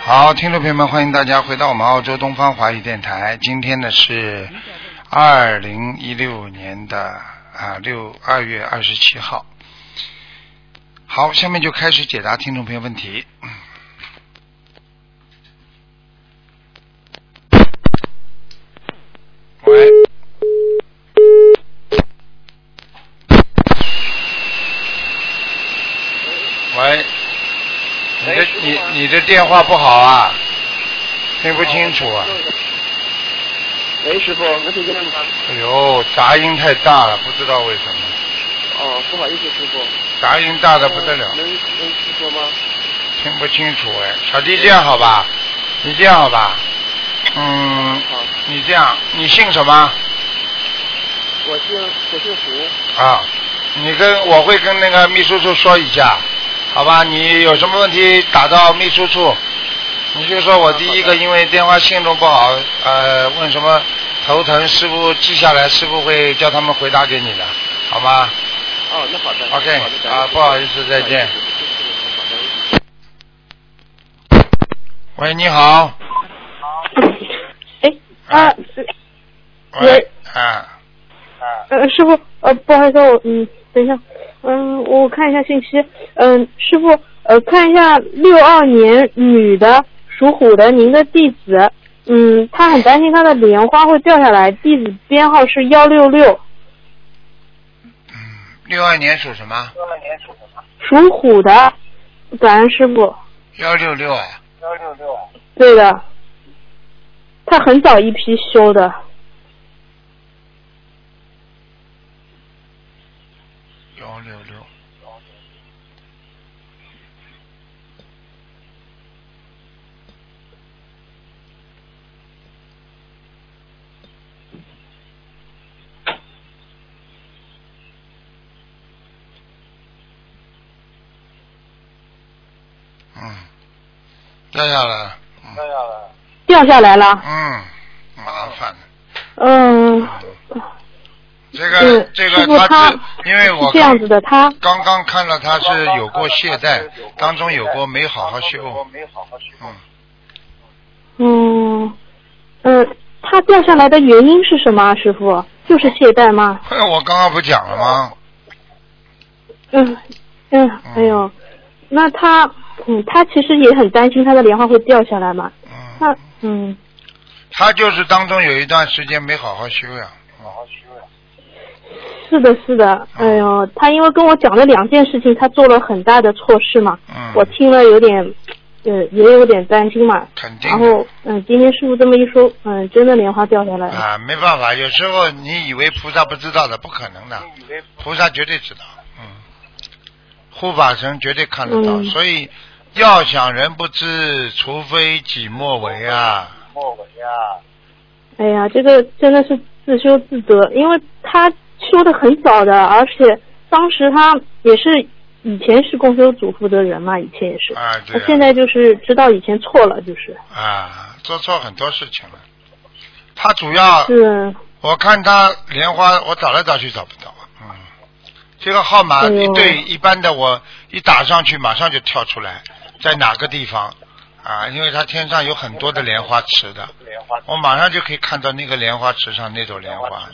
好，听众朋友们，欢迎大家回到我们澳洲东方华语电台。今天呢是二零一六年的啊六二月二十七号。好，下面就开始解答听众朋友问题。喂，喂，你的你你的电话不好啊，听不清楚啊。哦喂，师傅，能听见吗？哎呦，杂音太大了，不知道为什么，哦，不好意思，师傅。杂音大的不得了呃，能能说吗？听不清楚哎。小弟这样好吧，你这样好吧，嗯，好，你这样，你姓什么我姓我姓胡。啊？你跟我会跟那个秘书处说一下，好吧？你有什么问题打到秘书处，你就说我第一个因为电话线路不好，呃，问什么头疼，师傅记下来，师傅会叫他们回答给你的，好吗？哦，那好的。 OK，好的感恩啊师傅不好意思再见不好意思谢谢好的喂，你好，哎啊，喂喂，啊。呃，师傅，呃，不好意思，我嗯，等一下，嗯，我看一下信息，嗯，师傅，呃，看一下六二年女的属虎的您的弟子，嗯，她很担心她的莲花会掉下来，弟子编号是幺六六，六二年属什么？属虎的，感恩师傅，幺六六啊，对的，她很早一批修的，幺六六。嗯，掉下来了，嗯掉下来了，嗯，麻烦了。嗯、这对个，这嗯个师傅他他是因为我是这样子的，她刚刚看到他是有过懈怠，当中有过没好好修，嗯，嗯，呃，它掉下来的原因是什么啊，师傅？就是懈怠吗？嗯我刚刚不讲了吗？嗯嗯，哎呦，那他嗯，他其实也很担心他的莲花会掉下来嘛。嗯，那嗯，他就是当中有一段时间没好好修呀，是的，是的，嗯哎呦，他因为跟我讲了两件事情，他做了很大的错事嘛，嗯，我听了有点，呃，也有点担心嘛。肯定然的后嗯，今天师傅这么一说，嗯，真的莲花掉下来了。啊，没办法，有时候你以为菩萨不知道的，不可能的，菩萨绝对知道，嗯，护法神绝对看得到，嗯所以要想人不知，除非己莫为啊，哎呀，这个真的是自修自得，因为他修的很早的，而且当时他也是以前是共修组负责人嘛，以前也是，啊，他对啊现在就是知道以前错了，就是啊，做错很多事情了。他主要，是，我看他莲花，我找来找去找不到。嗯，这个号码哎呦一对一般的，我一打上去马上就跳出来，在哪个地方啊？因为他天上有很多的莲花池的，我马上就可以看到那个莲花池上那朵莲花。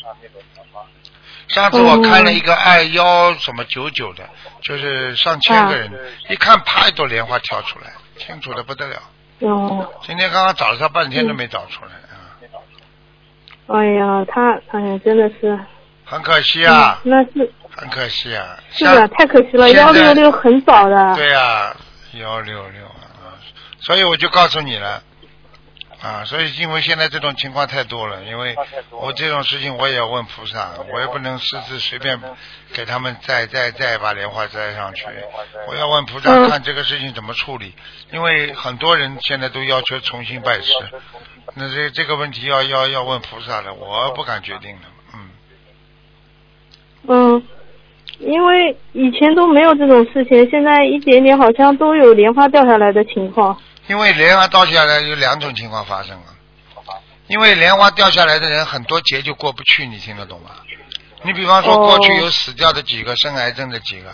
上次我看了一个爱幺什么九九的，就是上千个人，嗯一看啪一朵莲花跳出来，清楚的不得了。哦，今天刚刚找了他半天都没找出来啊，哎呀，他哎呀，真的是，很可惜啊，那是很可惜啊。嗯是的，太可惜了，现幺六在六很早的，对啊，幺六六啊，所以我就告诉你了啊，所以因为现在这种情况太多了，因为我这种事情我也要问菩萨，我也不能私自随便给他们再再再把莲花摘上去，我要问菩萨嗯看这个事情怎么处理，因为很多人现在都要求重新拜师，那这这个问题要要要问菩萨了，我不敢决定了，嗯。嗯，因为以前都没有这种事情，现在一点点好像都有莲花掉下来的情况，因为莲花掉下来有两种情况发生了，因为莲花掉下来的人很多劫就过不去，你听得懂吗？你比方说哦过去有死掉的几个，生癌症的几个，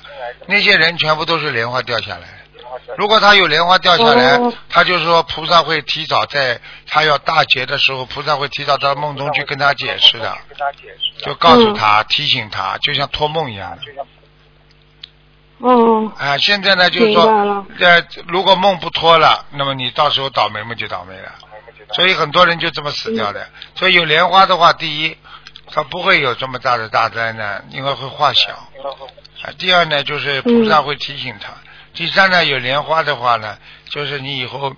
那些人全部都是莲花掉下来的，如果他有莲花掉下来哦，他就说菩萨会提早在他要大劫的时候，菩萨会提早到梦中去跟他解释的，就告诉嗯他、提醒他，就像托梦一样的。哦，啊，现在呢就是明白说了，呃，如果梦不托了，那么你到时候倒霉嘛就倒霉了。所以很多人就这么死掉嗯的。所以有莲花的话，第一，它不会有这么大的大灾难，因为会化小。啊，第二呢，就是菩萨会提醒他。第三呢，有莲花的话呢，就是你以后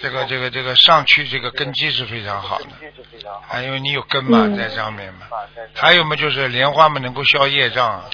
这个这个这个上去这个根基是非常好的，啊，因为你有根嘛嗯在上面嘛。还有嘛，就是莲花嘛能够消业障啊，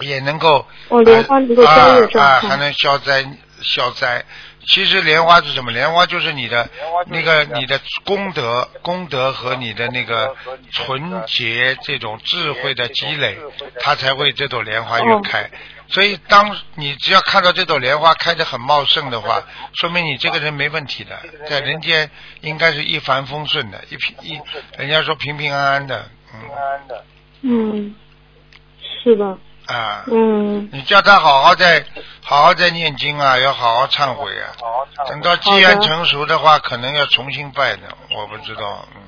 也能够哦，莲花能够消业障啊啊，哈还能消灾消灾。其实莲花是什么？莲花就是你的那个你的功德、功德和你的那个纯洁这种智慧的积累，它才会这朵莲花越哦开。所以，当你只要看到这朵莲花开得很茂盛的话，说明你这个人没问题的，在人间应该是一帆风顺的，一平一，人家说平平安安的，嗯嗯，是的，啊。嗯，你叫他好好在好好在念经啊，要好好忏悔啊。等到机缘成熟的话，可能要重新拜的，我不知道。嗯，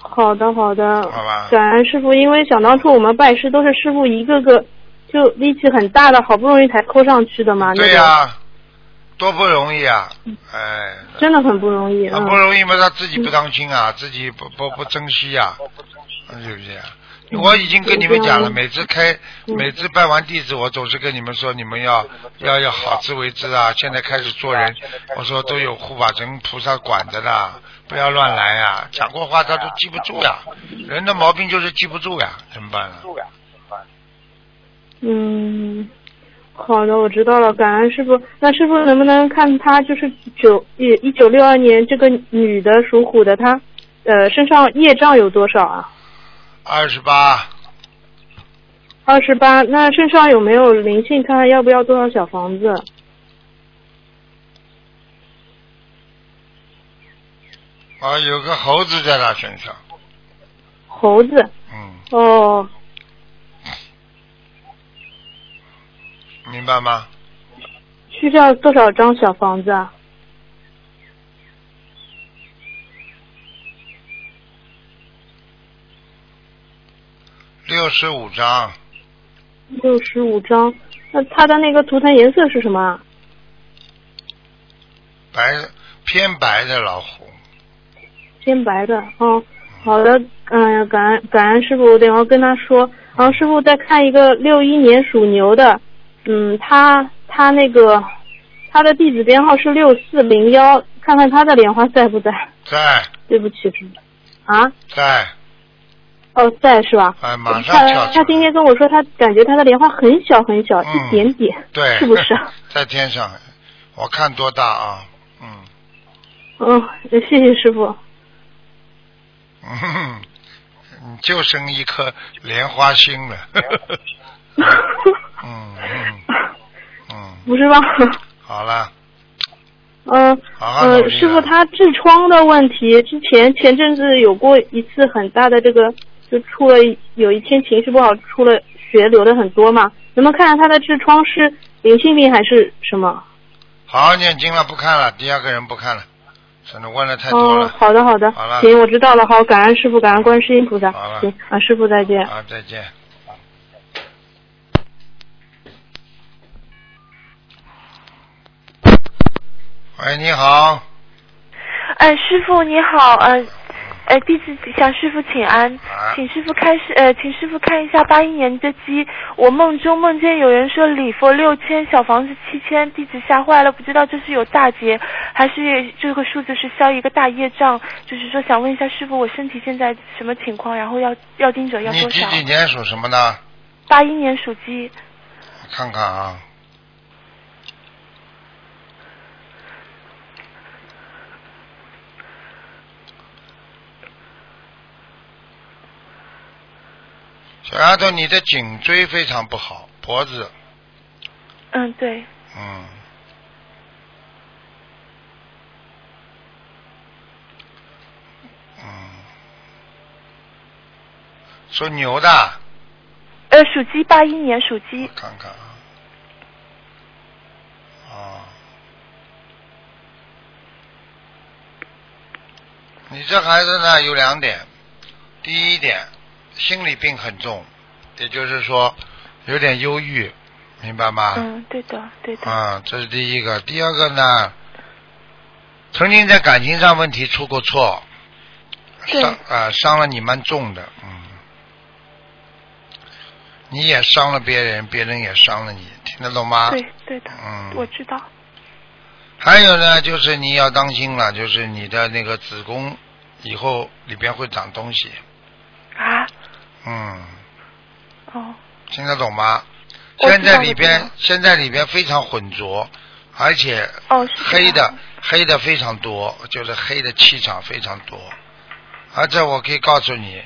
好的好的，好吧感恩师傅，因为想当初我们拜师都是师傅一个个就力气很大的，好不容易才抠上去的嘛，对那呀、多种不容易啊！哎，真的很不容易，很嗯啊不容易嘛，他自己不当心啊，自己不不不珍惜啊，是不是啊？我已经跟你们讲了，嗯每次开，嗯每次拜完弟子，我总是跟你们说，你们要要要好自为之嗯啊！现在开始做人，我说都有护法神菩萨管着的，不要乱来啊！讲过话他都记不住呀、人的毛病就是记不住呀、怎么办呢、啊嗯，好的，我知道了，感恩师傅。那师傅能不能看她就是九一一九六二年这个女的属虎的，她呃身上业障有多少啊？二十八，二十八。那身上有没有灵性？看看要不要多少小房子？啊，有个猴子在他身上，猴子嗯，哦，明白吗？需要多少张小房子啊？六十五章，六十五张。那它的那个图腾颜色是什么啊？白偏白的老虎，偏白的，哦，好的，嗯、感恩感恩师傅，我等会儿跟他说。然后师傅再看一个六一年属牛的，嗯，他他那个他的地址编号是六四零幺，看看他的莲花在不在？在对不起，师傅，啊，在，哦，在是吧？哎，马上他跳出他来。今天跟我说，他感觉他的莲花很小很小，嗯一点点，对，是不是啊？ 在天上，我看多大啊？ 嗯，嗯，谢谢师傅。嗯哼哼，你就剩一颗莲花心了。 嗯嗯嗯，不是吧？好了，嗯、好好努呃，力师傅，了。他痔疮的问题，之前前阵子有过一次很大的这个，就出了有一天情绪不好，出了血流的很多嘛。能不能看看他的痔疮是灵性病还是什么？好好念经了，不看了，第二个人不看了，真的问的太多哦，了。好的好的好了，行，我知道了。好，感恩师傅，感恩观世音菩萨好了。行啊，师傅再见。好，再见。喂，你好，呃，师傅你好，呃，呃，弟子向师傅请安啊，请师傅开始，呃，请师傅看一下八一年的鸡，我梦中梦见有人说礼佛六千，小房子七千，弟子吓坏了，不知道这是有大劫，还是这个数字是消一个大业障，就是说想问一下师傅，我身体现在什么情况，然后要要盯着要你多几少？几年属什么的？八一年属鸡，我看看啊。小丫头，你的颈椎非常不好，脖子，嗯，对，嗯，嗯，属牛的，呃，属鸡八一年属鸡我，看看啊，哦，你这孩子呢有两点，第一点心理病很重，也就是说有点忧郁，明白吗？嗯，对的，对的。啊，这是第一个。第二个呢，曾经在感情上问题出过错，对伤啊、伤了你蛮重的，嗯，你也伤了别人，别人也伤了你，听得懂吗？对对的，嗯我知道。还有呢，就是你要当心了，就是你的那个子宫以后里边会长东西，啊，嗯，哦，听得懂吗？我知现道在里我知边道现在里边非常浑浊，而且哦是这样黑的、黑的非常多，就是黑的气场非常多。而且我可以告诉你，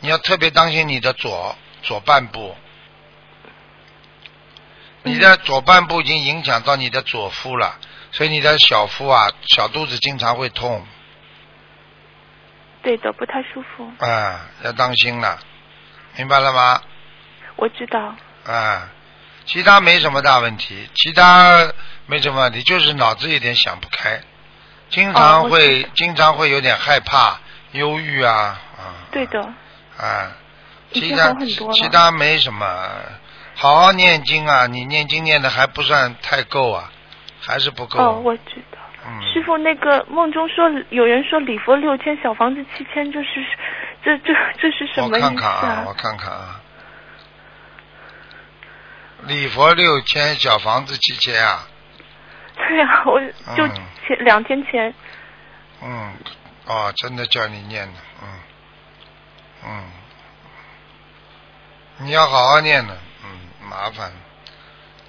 你要特别当心你的左左半部，嗯你的左半部已经影响到你的左腹了，所以你的小腹啊、小肚子经常会痛对的，不太舒服，啊、要当心了，明白了吗？我知道。啊，其他没什么大问题，其他没什么问题，就是脑子有点想不开，经哦常会、经常会有点害怕、忧郁啊啊。对的，啊，已其经他好很多了其他没什么，好好念经啊，你念经念的还不算太够啊，还是不够。啊哦，我知道。嗯，师傅，那个梦中说有人说礼佛六千，小房子七千，这是这这这是什我么意看思看啊，我看看啊。礼佛六千，小房子七千啊。对呀、我就嗯前、两天前，嗯，哦，真的叫你念的，嗯，嗯，你要好好念的，嗯，麻烦。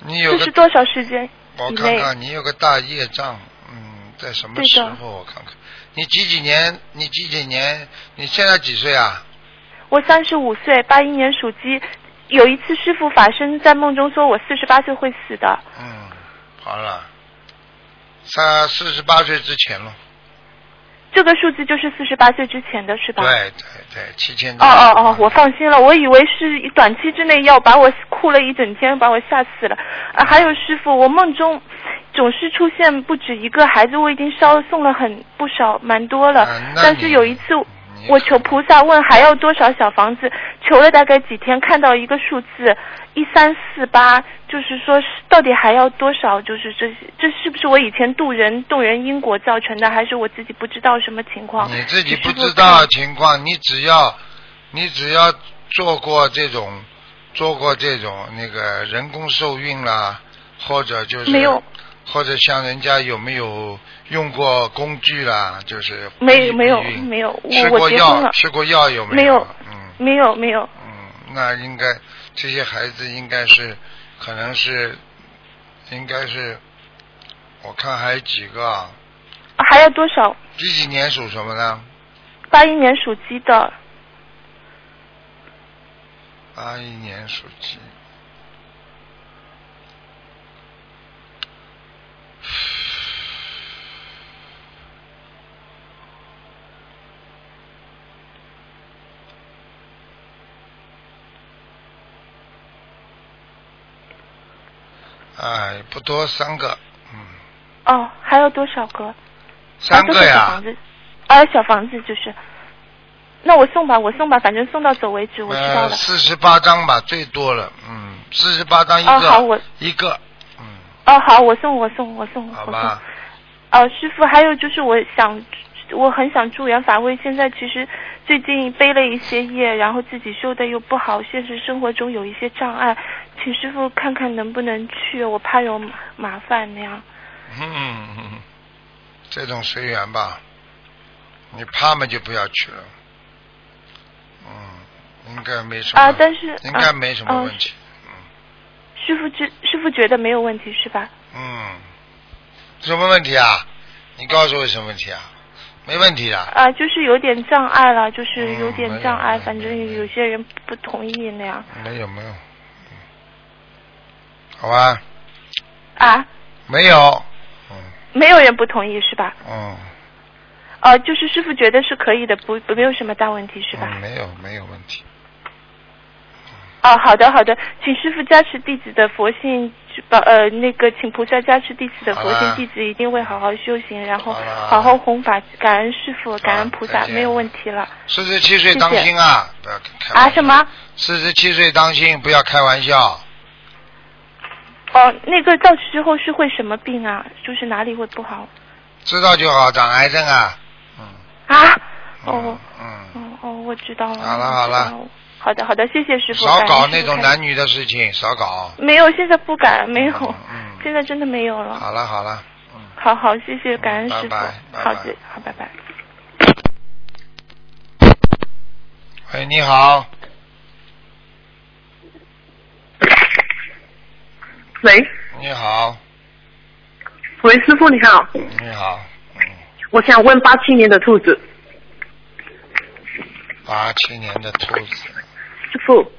你有这个是，多少时间我以看内？看，你有个大业障，嗯，在什么对的时候？我看看，你几几年？你几几年？你现在几岁啊？我三十五岁，八一年属鸡。有一次师傅法身在梦中说我四十八岁会死的，嗯，好了，三四十八岁之前了。这个数字就是四十八岁之前的是吧？对。对对，七千多。哦哦哦，我放心了，我以为是短期之内要把我哭了一整天，把我吓死了。啊，还有师傅，我梦中总是出现不止一个孩子，我已经烧送了很不少，蛮多了。嗯那但你是有一次你，我求菩萨问还要多少小房子，求了大概几天，看到一个数字一三四八就是说是到底还要多少？就是这这是不是我以前渡人动人因果造成的，还是我自己不知道什么情况？你自己请不师父知道看情况，你只要你只要做过这种做过这种那个人工受孕啦，或者就是没有或者像人家有没有用过工具啦，就是没避没有避孕没有我吃我过结婚药了吃过药有没有有？嗯没有没有，嗯，那应该这些孩子应该是可能是应该是，我看还有几个啊？还要多少？几几年属什么呢？八一年属鸡的，八一年属鸡。哎，不多三个，嗯，哦，还有多少个？三个啊、多少小呀房，子，啊，小房子就是。那我送吧，我送吧，反正送到走为止，我知道呃，了。四十八张吧，最多了，嗯，四十八张一哦好个我，一个，嗯，哦，好，我送，我送，我送，好我送。吧。哦，师傅，还有就是我想，我很想助缘法会。现在其实最近背了一些业，然后自己修的又不好，现实生活中有一些障碍，请师傅看看能不能去，我怕有麻麻烦那样。嗯， 这种随缘吧，你怕嘛就不要去了。嗯，应该没什么。啊但是啊应该没什么问题。师傅觉师傅觉得没有问题是吧？嗯，什么问题啊？你告诉我什么问题啊？没问题的。啊，就是有点障碍了，就是有点障碍，嗯没有反正有些人不同意那样没有没有。嗯好吧，啊，没有。嗯没有人不同意是吧？嗯呃，就是师傅觉得是可以的，不不没有什么大问题是吧？嗯，没有没有问题。哦，好的好的，请师傅加持弟子的佛性把呃那个请菩萨加持弟子的佛好性了，弟子一定会好好修行，然后好了好好弘法，感恩师傅，感恩菩再萨，见没有问题了。四十七岁当心啊，不要开玩啊笑什？么？四十七岁当心，不要开玩笑。哦，那个造之后是会什么病啊？就是哪里会不好知道就好，长癌症啊。嗯。啊？哦嗯，嗯。哦哦，我知道了。好了好了我知道。好的好的，谢谢师傅。少感恩搞师那傅嗯种开男女的事情，少搞。没有，现在不敢，没有，嗯嗯 现在真的没有了。好了好了，嗯。好好，谢谢，感恩嗯师傅。拜拜拜好拜的，好，拜拜。喂，你好，喂，你好，喂，师傅你好，你好，嗯，我想问八七年的兔子，八七年的兔子，师傅，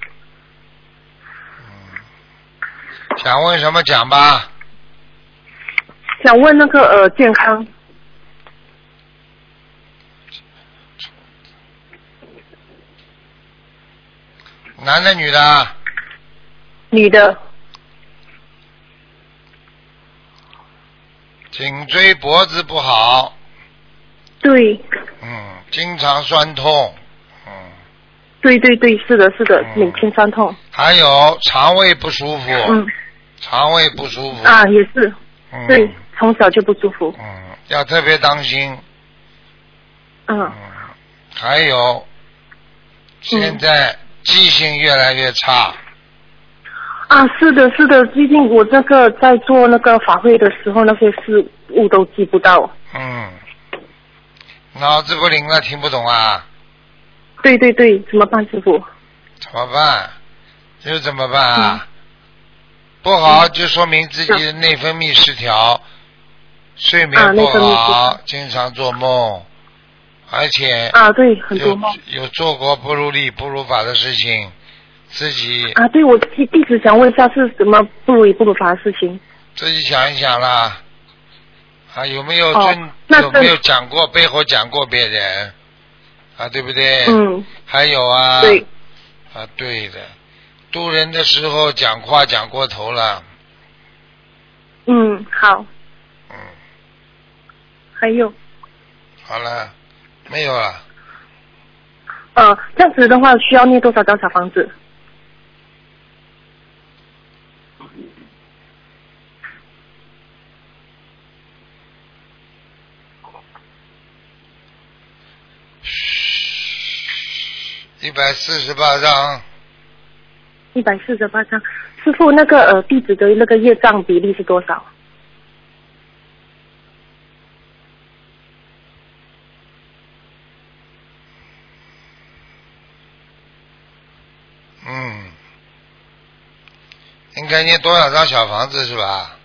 想问什么讲吧？想问那个呃健康，男的女的？女的颈椎脖子不好，对，嗯，经常酸痛，嗯，对对对，是的，是的嗯，每天酸痛，还有肠胃不舒服，嗯肠胃不舒服，啊也是，嗯，对，从小就不舒服，嗯，要特别当心，嗯嗯，还有现在记性越来越差，啊是的，是的，最近我这个在做那个法会的时候，那些事物都记不到，嗯，脑子不灵了，听不懂啊，对对对，怎么办，师傅？怎么办？又怎么办嗯啊？不好就说明自己的内分泌失调，睡啊眠内不分泌失好，调经常做梦，而且啊对，很多有有做过不如理不如法的事情，自己啊对，我弟弟子想问一下是什么不如理不如法的事情？自己想一想啦。啊，有没有哦真、那有没真有讲过背后讲过别人啊？对不对？。嗯，还有啊。对。啊，对的，渡人的时候讲话讲过头了，嗯，好，嗯，还有。好了，没有了，呃，这样子的话，需要念多少张小房子？一百四十八张，一百四十八张。师傅，那个呃，弟子的那个业障比例是多少？嗯，应该念多少张小房子是吧？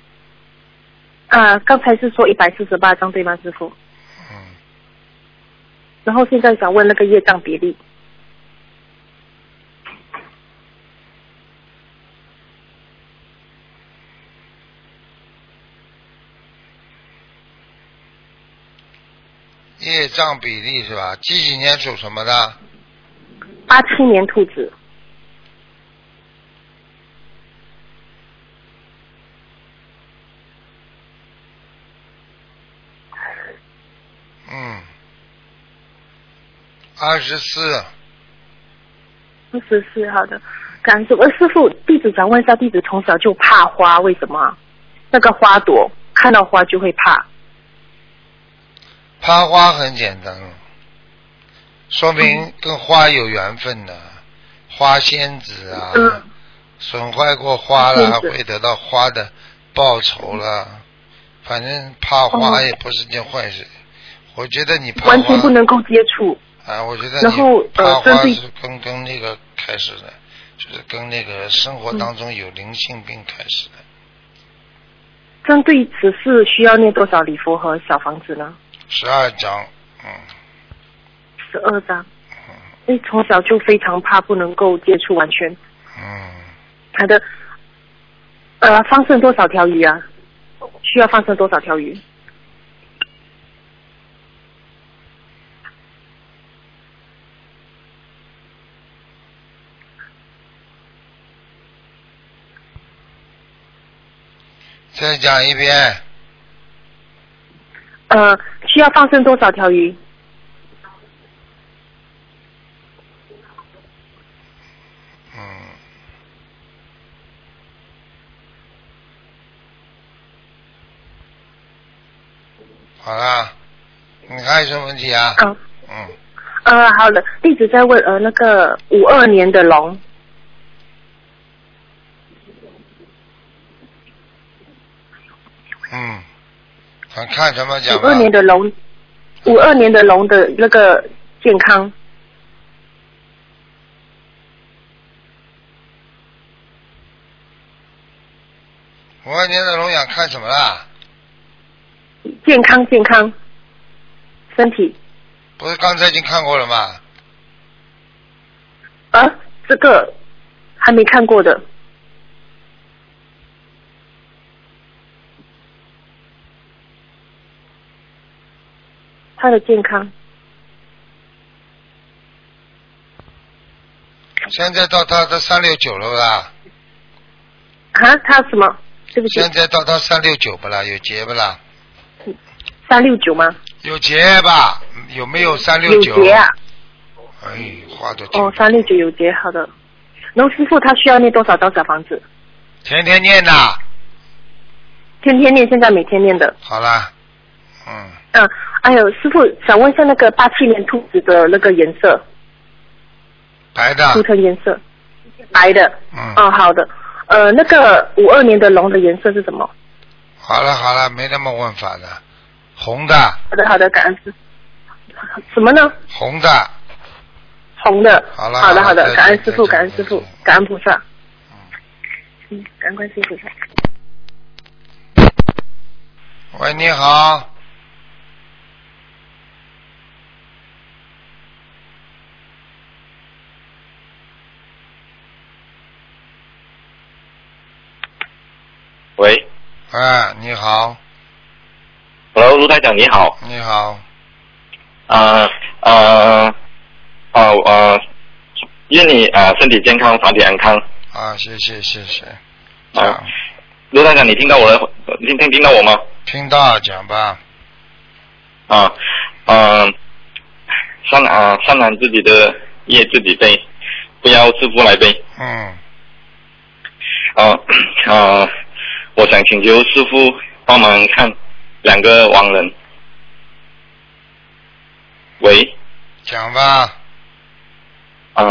啊、刚才是说一百四十八张对吗，师傅？嗯，然后现在想问那个业障比例。业障比例是吧？几几年属什么的？八七年兔子，嗯，二十四，二十四号的。感恩师傅，呃师傅，弟子想问一下，弟子从小就怕花，为什么啊？那个花朵看到花就会怕。攀花很简单，说嗯明跟花有缘分的，花仙子啊，嗯损坏过花了，仙子会得到花的报酬了。反正怕花哦也不是件坏事，我觉得你怕花完全不能够接触。啊，我觉得然后你怕呃花针对是跟跟那个开始的，就是跟那个生活嗯当中有灵性病开始的。针对此事，需要念多少礼佛和小房子呢？十二章，嗯，十二张。因为从小就非常怕，不能够接触完全。嗯，他的呃放生多少条鱼啊？需要放生多少条鱼？再讲一遍，呃，需要放生多少条鱼？嗯，好啦，你还有什么问题啊？嗯，嗯，呃，好的，弟子在问呃那个五二年的龙，嗯，想看什么讲五吧二。年的嗯龙，五二年的龙的那个健康，五二年的龙想看什么啦？健康健康，身体不是刚才已经看过了吗？啊，这个还没看过的，他的健康，现在到他的三六九了吧？啊，他什么？对不起，现在到他三六九不啦？有结不啦？三六九吗？有结吧？嗯有没有三六有九？节啊，哎，话都听哦，三六九有节，好的。龙师傅他需要念多少张小房子？天天念呐。天天念，现在每天念的。好啦，嗯，嗯，哎呦，师傅想问一下那个八七年兔子的那个颜色，白图的，腾颜色，白的。啊嗯，哦，好的。呃，那个五二年的龙的颜色是什么？好了好了，没那么问法的，红的好的，好的，感恩师。什么呢？红的，红的。好了好的，好好了的，感恩再见师傅，再见感恩师再傅见，感恩菩萨。嗯，感恩观世音菩萨。喂，你好，喂哎，你好， ，Hello，卢台长你好，你好，啊啊啊啊，愿你啊、身体健康，法体安康。啊，谢谢谢谢，啊啊，，卢台长，你听到我的，听听听到我吗？听到讲吧，啊，嗯、善啊善揽自己的业自己背，不要自负来背。嗯，啊啊，我想请求师傅帮忙看两个亡人。喂。讲吧，啊，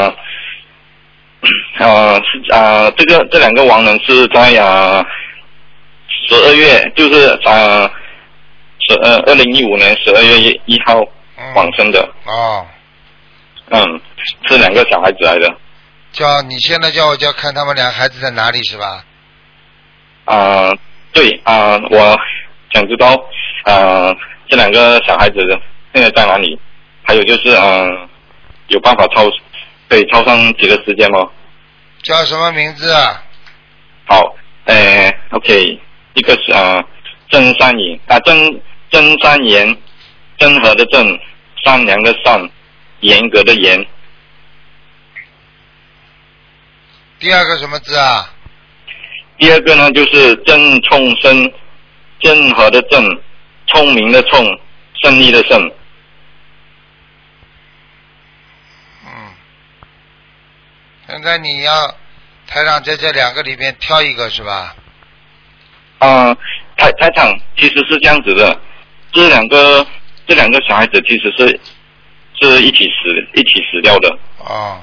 啊是啊，这个这两个亡人是在啊十二月，就是啊十呃二零一五年十二月一一号嗯，往生的，哦，嗯，是两个小孩子来的叫你现在叫我叫看他们俩孩子在哪里是吧？啊，对啊，我想知道啊这两个小孩子现在在哪里，还有就是啊有办法超可以超上几个时间吗？叫什么名字？啊？好，诶，OK，一个是啊，郑善言啊，郑郑善言，郑和的郑，善良的善，严格的严，第二个什么字啊？第二个呢，就是郑冲生，郑和的郑，聪明的聪，胜利的胜。嗯，现在你要台长在这两个里面挑一个是吧？啊、台台长其实是这样子的，这两个这两个小孩子其实是是一起死一起死掉的哦，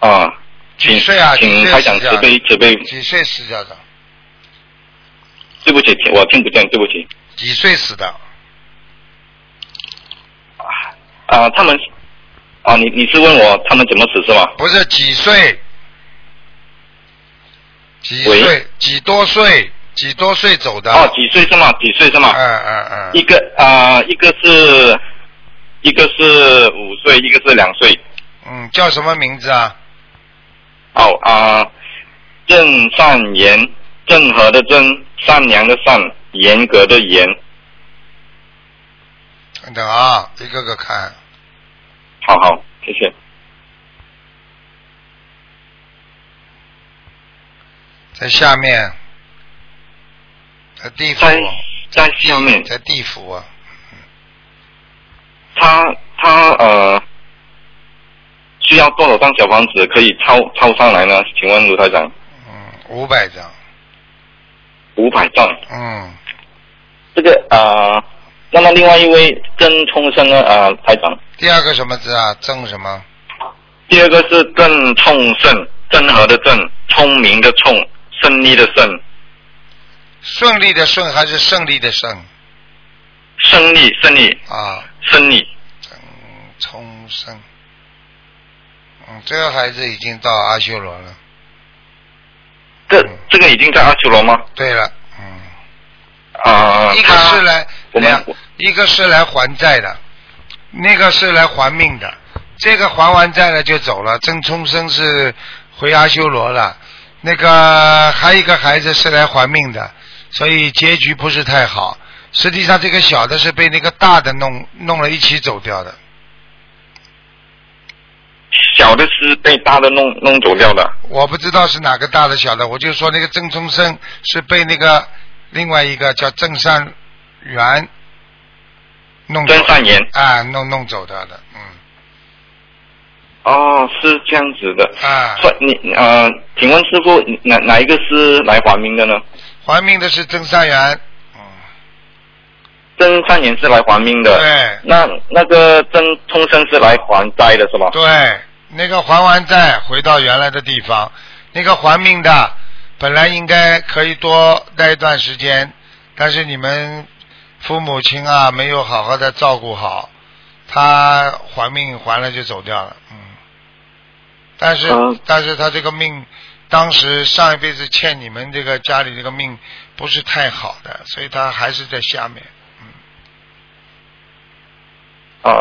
啊、几请岁啊？几请岁台死长掉慈的？悲慈悲，几岁死掉的？对不起，我听不见，对不起。几岁死的？啊，他们啊，你你是问我他们怎么死是吗？不是几岁？几喂岁？几多岁？几多岁走的？哦，几岁是吗？几岁是吗？嗯嗯一嗯，个啊、一个是一个是五岁，一个是两岁。嗯，叫什么名字啊？哦啊、郑善言，郑和的郑，善良的善，严格的严。等等啊，一个个看。好好，谢谢。在下面在地府啊在，在下面，在地府啊，他他呃需要多少张小房子可以抄抄上来呢？请问卢台长，嗯，五百张，五百张，嗯，这个啊、呃那么另外一位郑冲生呢啊、呃台长，第二个什么字啊？正什么？第二个是郑冲胜，郑和的郑，聪明的聪，胜利的胜，顺利的顺还是胜利的胜胜利胜利啊？胜利，正冲生，嗯，这个孩子已经到阿修罗了。这这个已经在阿修罗吗？对了，嗯，啊、一个他是来我们两，一个是来还债的，那个是来还命的。这个还完债了就走了，郑冲生是回阿修罗了。那个还有一个孩子是来还命的，所以结局不是太好。实际上，这个小的是被那个大的弄弄了一起走掉的。小的是被大的弄弄走掉的，我不知道是哪个大的小的，我就说那个郑冲生是被那个另外一个叫郑善元弄走真善言。啊弄弄走掉的，嗯哦，是这样子的。啊所以你呃，请问师傅你哪哪一个是来还命的呢？还命的是郑善元，嗯真善言是来还命的。对那那个真冲生是来还债的是吧？对，那个还完债回到原来的地方，那个还命的本来应该可以多待一段时间，但是你们父母亲啊没有好好的照顾好，他还命还了就走掉了，嗯。但是、嗯但是他这个命，当时上一辈子欠你们这个家里这个命不是太好的，所以他还是在下面。啊、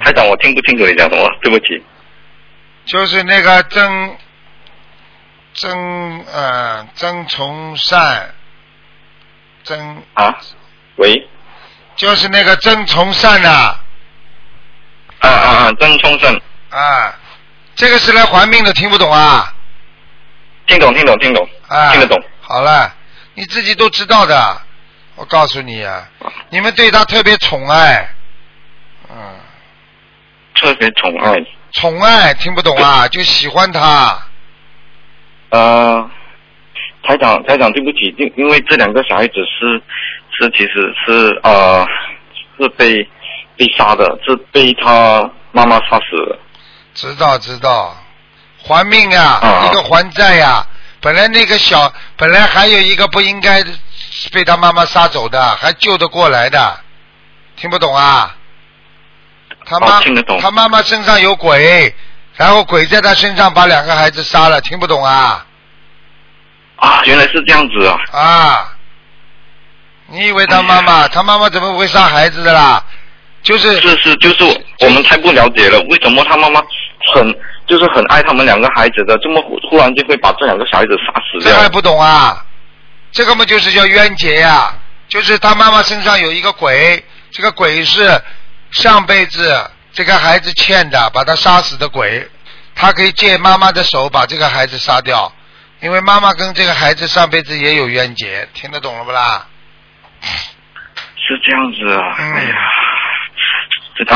嗯台长，我听不清楚你讲什么，对不起。就是那个曾曾呃曾从善，曾啊，喂，就是那个曾从善呐啊啊啊，真冲生，啊这个是来还命的，听不懂啊听懂听懂听懂，啊，听得懂。好了，你自己都知道的，我告诉你啊，你们对他特别宠爱，嗯，特别宠爱。宠爱听不懂啊，就喜欢他，呃，台长，台长，对不起，因因为这两个小孩子是是其实是呃是被被杀的，是被他妈妈杀死的。知道知道，还命呀、啊一个还债呀、本来那个小，本来还有一个不应该被他妈妈杀走的，还救得过来的，听不懂啊？他妈、哦听得懂他妈妈身上有鬼，然后鬼在他身上把两个孩子杀了，听不懂啊？啊，原来是这样子啊！啊！你以为他妈妈，他妈妈怎么会杀孩子的啦？就是是是，就是我们太不了解了，为什么他妈妈很就是很爱他们两个孩子的，这么忽忽然间会把这两个小孩子杀死这还掉？不懂啊？这个嘛就是叫冤结呀、就是他妈妈身上有一个鬼，这个鬼是上辈子这个孩子欠的，把他杀死的鬼，他可以借妈妈的手把这个孩子杀掉，因为妈妈跟这个孩子上辈子也有冤结，听得懂了不啦？是这样子啊！嗯哎呀，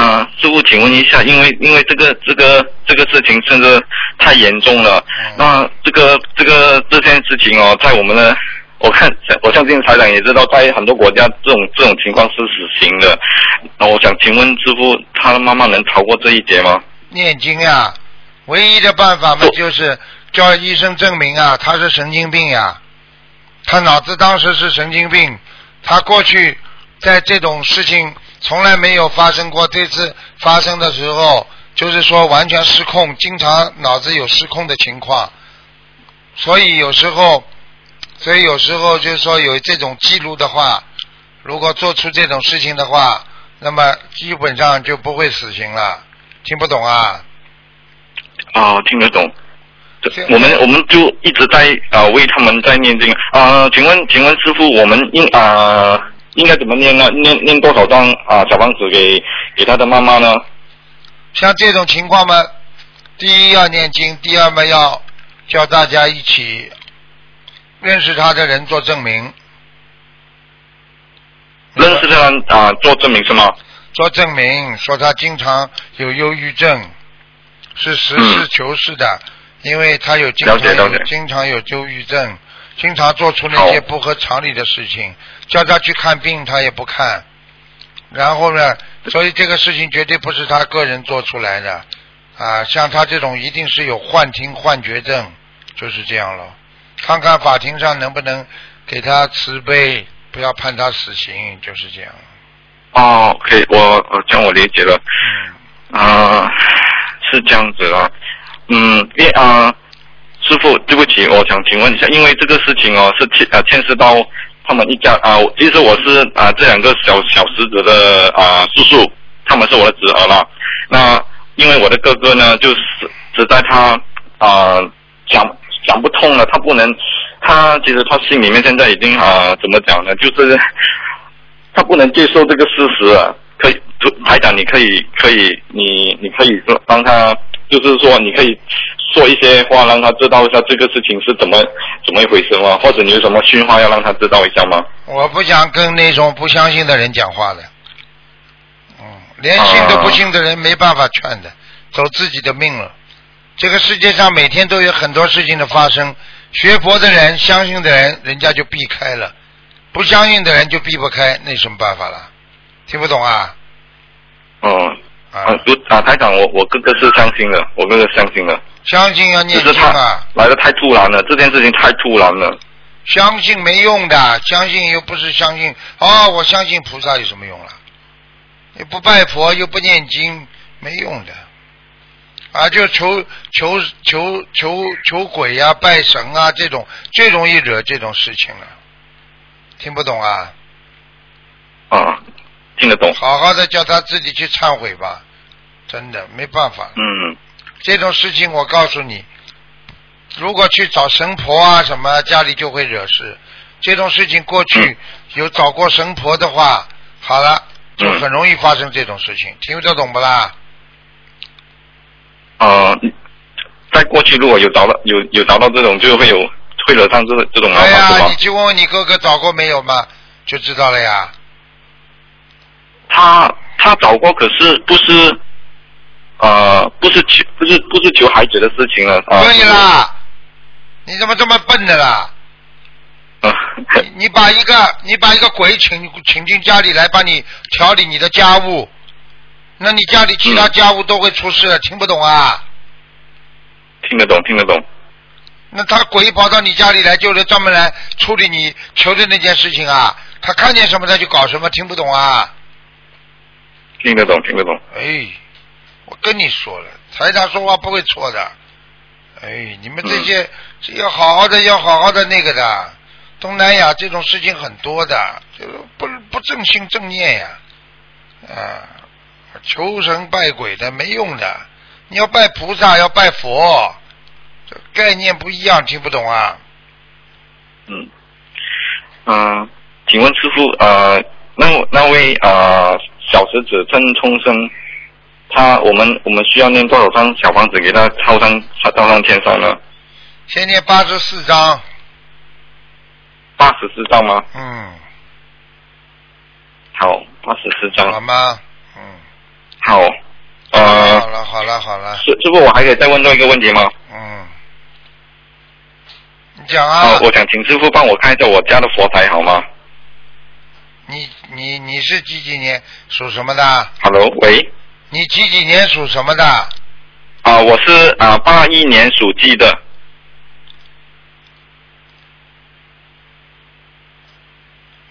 啊，师傅，请问一下，因为因为这个这个这个事情真的太严重了，嗯那这个这个这件事情哦，在我们的。我看，我相信台长也知道，在很多国家这种这种情况是死刑的。那我想请问师傅，他的妈妈能逃过这一劫吗？念经呀、唯一的办法嘛不就是叫医生证明啊，他是神经病呀、他脑子当时是神经病，他过去在这种事情从来没有发生过，这次发生的时候就是说完全失控，经常脑子有失控的情况，所以有时候，所以有时候就是说有这种记录的话，如果做出这种事情的话，那么基本上就不会死刑了。听不懂啊？啊，听得懂。这这我们我们就一直在啊、呃为他们在念经啊、呃请问请问师傅，我们应啊、应该怎么念呢？念念多少张啊、小房子给给他的妈妈呢？像这种情况嘛，第一要念经，第二嘛要叫大家一起认识他的人做证明，认识的人啊、做证明是吗？做证明说他经常有忧郁症，是实事求是的，因为他有经嗯了解常了有解经常有忧郁症，经常做出那些不合常理的事情，叫他去看病他也不看，然后呢，所以这个事情绝对不是他个人做出来的，啊，像他这种一定是有幻听幻觉症，就是这样了。看看法庭上能不能给他慈悲，不要判他死刑，就是这样。哦，可以，我我这样我理解了。嗯，啊、是这样子啦。嗯，因为啊、师傅，对不起，我想请问一下，因为这个事情哦，是牵啊牵涉到他们一家啊、其实我是啊、这两个小小侄子的啊、叔叔，他们是我的侄儿啦。那因为我的哥哥呢，就是只在他啊、讲讲不通了，他不能，他其实他心里面现在已经啊、怎么讲呢，就是他不能接受这个事实啊。可以，就台长，你可以，可以，你你可以说帮他，就是说你可以说一些话，让他知道一下这个事情是怎么怎么一回事吗？或者你有什么训话要让他知道一下吗？我不想跟那种不相信的人讲话的。嗯，连信都不信的人没办法劝的，走自己的命了。这个世界上每天都有很多事情的发生，学佛的人、相信的人，人家就避开了；不相信的人就避不开，那有什么办法了？听不懂啊？嗯，啊，啊，不啊，台长，我我哥哥是相信了，我哥哥相信了，相信要只念是经他啊。来的太突然了，这件事情太突然了。相信没用的，相信又不是相信哦，我相信菩萨有什么用了？啊又不拜佛，又不念经，没用的。啊，就求求求求求鬼呀、拜神啊，这种最容易惹这种事情了。听不懂啊？啊，听得懂。好好的叫他自己去忏悔吧，真的没办法。嗯这种事情我告诉你，如果去找神婆啊什么，家里就会惹事。这种事情过去有找过神婆的话，好了，就很容易发生这种事情，听得懂不啦？啊，在过去如果有找到有有找到这种，就会有会惹上这这种麻对啊呀、烦是吗你？去问问你哥哥找过没有嘛，就知道了呀。他他找过，可是不是呃不是求不是不是求孩子的事情了啊。对啦，你怎么这么笨的啦？嗯。你你把一个你把一个鬼请请进家里来帮你调理你的家务，那你家里其他嗯家务都会出事的，听不懂啊？听得懂，听得懂。那他鬼跑到你家里来，就是专门来处理你求的那件事情啊。他看见什么他就搞什么，听不懂啊。听得懂，听得懂。哎，我跟你说了，台长说话不会错的。哎，你们这些、这要好好的，要好好的那个的。东南亚这种事情很多的，就是不不正心正念呀，啊，求神拜鬼的没用的。你要拜菩萨，要拜佛，这概念不一样，听不懂啊？嗯。嗯、请问师傅，呃，那那位呃小石子郑冲生，他我们我们需要念多少张小房子给他超上超上天上呢？先念八十四章，八十四张吗？嗯，好，八十四好张。吗？嗯，好。呃好，了，好了，好了，师师傅，我还可以再问多一个问题吗？嗯，你讲啊啊，，我想请师傅帮我看一下我家的佛台好吗你你你是几几年属什么的？ ？Hello，喂，你几几年属什么的？啊，我是啊八一年属鸡的，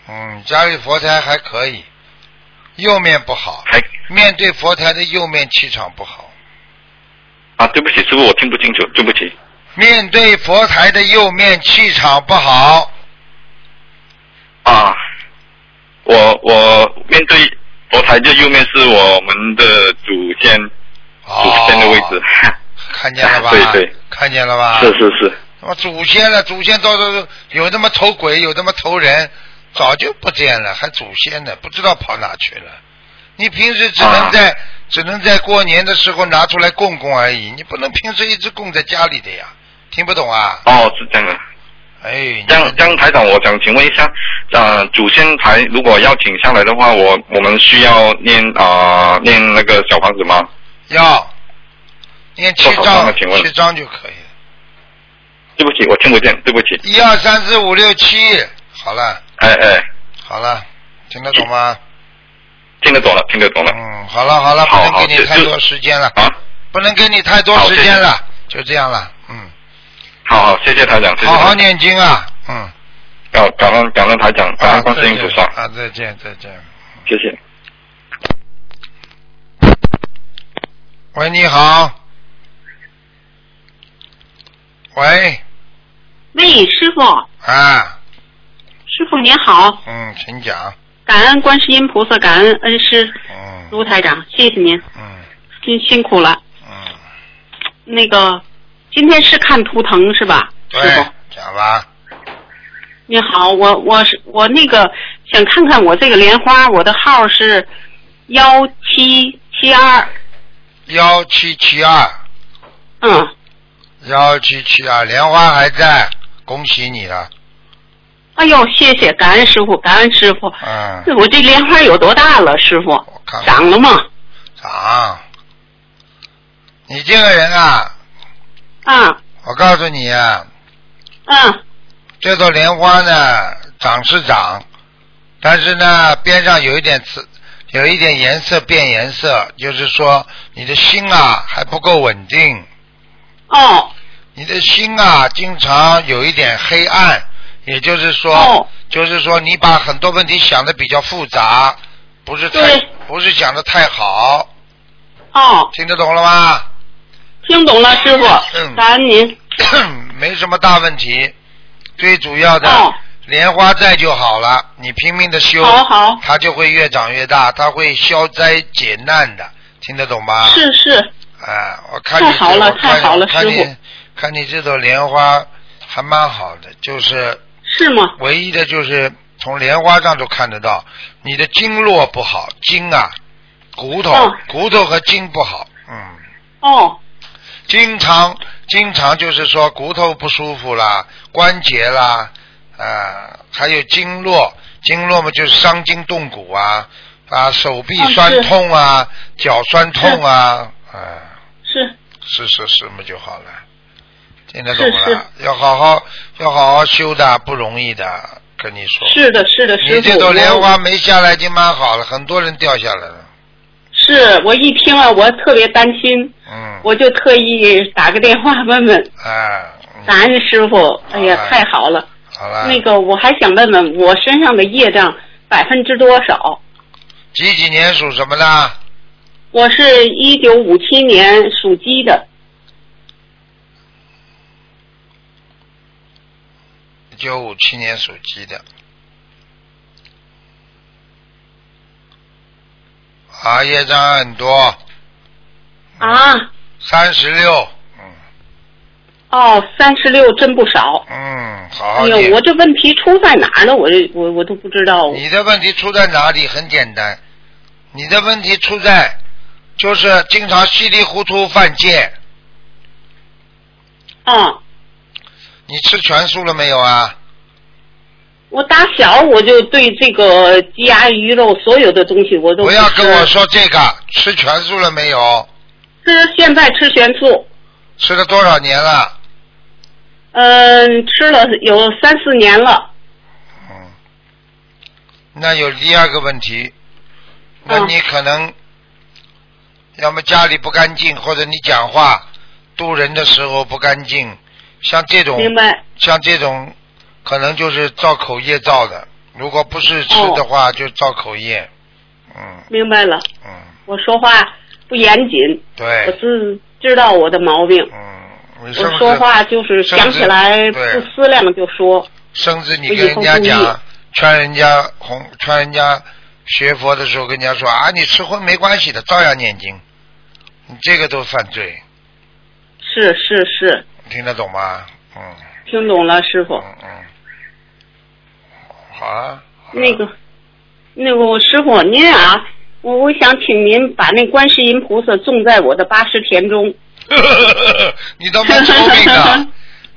嗯，家里佛台还可以，右面不好，还面对佛台的右面气场不好，啊，对不起，师傅，我听不清楚，对不起。面对佛台的右面气场不好，啊，我我面对佛台的右面是我们的祖先、哦祖先的位置，看见了吧？对对，看见了吧？是是是，什么祖先了，祖先到时候有那么投鬼，有那么投人，早就不见了，还祖先呢，不知道跑哪去了。你平时只能在、啊只能在过年的时候拿出来供供而已，你不能平时一直供在家里的呀，听不懂啊？哦，是这样的，哎，这样这样，台长，我想请问一下，呃，祖先牌如果要请下来的话，我我们需要念啊、呃念那个小房子吗？要念七多少张张呢请，问七张就可以了。对不起，我听不见，对不起。一二三四五六七，好了，哎哎，好了，听得懂吗？听得懂了，听得懂了。嗯，好了好了，不好能好给你就太就多时间了，啊，不能给你太多好时谢谢间了，就这样了，嗯，好好，谢谢台长，谢谢好台长。好念经啊，嗯，感感恩感恩台长，感啊，恩观世再音菩见萨，啊，再见再见。谢谢。喂，你好。喂，喂，师傅，啊，师傅您好，嗯，请讲，感恩观世音菩萨，感恩恩师嗯卢台长，谢谢您，嗯您辛苦了。嗯，那个，今天是看图腾是吧，师对傅？，讲吧，您好，我我是我那个想看看我这个莲花，我的号是幺七七二，幺七七二，嗯，幺七七二，莲花还在，恭喜你了，哎呦，谢谢，感恩师傅，感恩师傅。嗯，我这莲花有多大了，师傅？我看看长了吗？长，你这个人啊，啊，我告诉你啊，嗯，这朵莲花呢，长是长，但是呢，边上有一点紫，有一点颜色变颜色，就是说你的心啊还不够稳定，哦，你的心啊经常有一点黑暗，也就是说，哦，就是说你把很多问题想的比较复杂，不是太对不是想的太好，哦，听得懂了吗？听懂了，师嗯傅，感恩您。 没什么大问题，最主要的、哦莲花在就好了，你拼命的修，好好，它就会越长越大，它会消灾解难的，听得懂吗？是是，啊，我看你太好了我看太好了我看师你傅看你这朵莲花还蛮好的，就是是吗？唯一的就是从莲花上都看得到，你的经络不好，经啊，骨头、哦骨头和筋不好，嗯。哦，经常经常就是说骨头不舒服啦，关节啦，呃，还有经络，经络嘛就是伤筋动骨啊，啊，手臂嗯酸是痛啊，脚酸痛啊，啊、是是是是嘛就好了，听得懂了？是是要好好要好好修的，不容易的，跟你说。是的，是的，师你傅。这朵莲我花没下来已经蛮好了，很多人掉下来了，是我一听啊，我特别担心，嗯，我就特意打个电话问问。哎、感恩师傅，哎呀，好嘞太好了。好了，那个，我还想问问，我身上的业障百分之多少？几几年属什么的？我是一九五七年属鸡的，一九五七年属鸡的。啊，业障很多，啊，三十六，嗯哦，三十六，真不少。嗯，好好哎呦，念我。这问题出在哪儿呢？我这我我都不知道。你的问题出在哪里？很简单，你的问题出在就是经常稀里糊涂犯贱。啊，你吃全素了没有啊？我打小我就对这个鸡鸭鱼肉所有的东西我都不要吃跟我说这个，吃全素了没有？吃，现在吃全素，吃了多少年了？嗯，吃了有三四年了。嗯，那有第二个问题，那嗯你可能、要么家里不干净，或者你讲话渡人的时候不干净，像这种明白？像这种可能就是造口业造的，如果不是吃的哦话、就造口业，嗯明白了。嗯，我说话不严谨，我对，自知道我的毛病。嗯，你是我不说是话就是想起来甚不至对思量就说。甚至你我以跟人后家注意讲，劝人家哄，劝人家学佛的时候，跟人家说啊，你吃荤没关系的，照样念经，你这个都犯罪，是是是，你听得懂吗？嗯听懂了，师傅。嗯嗯，好啊。好啊那个，那个，我师傅您啊，我我想请您把那观世音菩萨种在我的八十田中。 你倒蛮聪明的，